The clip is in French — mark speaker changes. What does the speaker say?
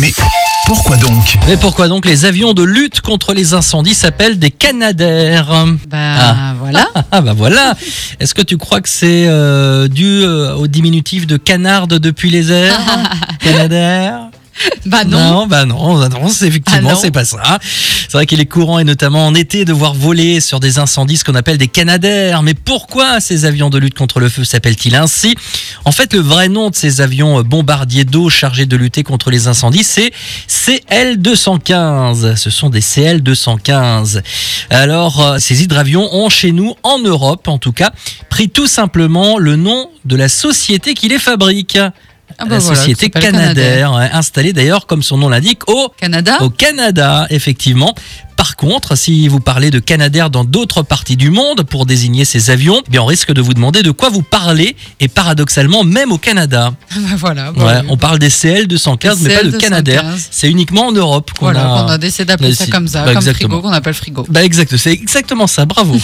Speaker 1: Mais pourquoi donc
Speaker 2: Mais pourquoi donc les avions de lutte contre les incendies s'appellent des Canadaires
Speaker 3: Bah
Speaker 2: Ah.
Speaker 3: voilà.
Speaker 2: Ah bah voilà Est-ce que tu crois que c'est euh, dû euh, au diminutif de canarde depuis les airs Canadaire
Speaker 3: Bah non.
Speaker 2: bah non, bah non, c'est effectivement,
Speaker 3: Ah non.
Speaker 2: c'est pas ça. C'est vrai qu'il est courant, et notamment en été, de voir voler sur des incendies ce qu'on appelle des canadaires. Mais pourquoi ces avions de lutte contre le feu s'appellent-ils ainsi En fait, le vrai nom de ces avions euh, bombardiers d'eau chargés de lutter contre les incendies, c'est CL215. Ce sont des CL215. Alors, euh, ces hydravions ont chez nous, en Europe en tout cas, pris tout simplement le nom de la société qui les fabrique.
Speaker 3: Ah bah
Speaker 2: la
Speaker 3: voilà,
Speaker 2: société
Speaker 3: c'est pas le
Speaker 2: Canadair, ouais, installée d'ailleurs, comme son nom l'indique, au,
Speaker 3: Canada.
Speaker 2: au Canada, effectivement. Par contre, si vous parlez de Canadair dans d'autres parties du monde pour désigner ces avions, eh bien on risque de vous demander de quoi vous parlez, et paradoxalement, même au Canada.
Speaker 3: Ah bah voilà.
Speaker 2: Ouais,
Speaker 3: bah,
Speaker 2: on parle des CL215, mais pas de
Speaker 3: CL215.
Speaker 2: Canadair. C'est uniquement en Europe qu'on
Speaker 3: Voilà,
Speaker 2: a...
Speaker 3: qu'on a décidé d'appeler
Speaker 2: Bah
Speaker 3: ça
Speaker 2: si.
Speaker 3: comme ça,
Speaker 2: Bah
Speaker 3: comme
Speaker 2: exactement.
Speaker 3: frigo qu'on appelle frigo.
Speaker 2: Bah exact, c'est exactement ça, bravo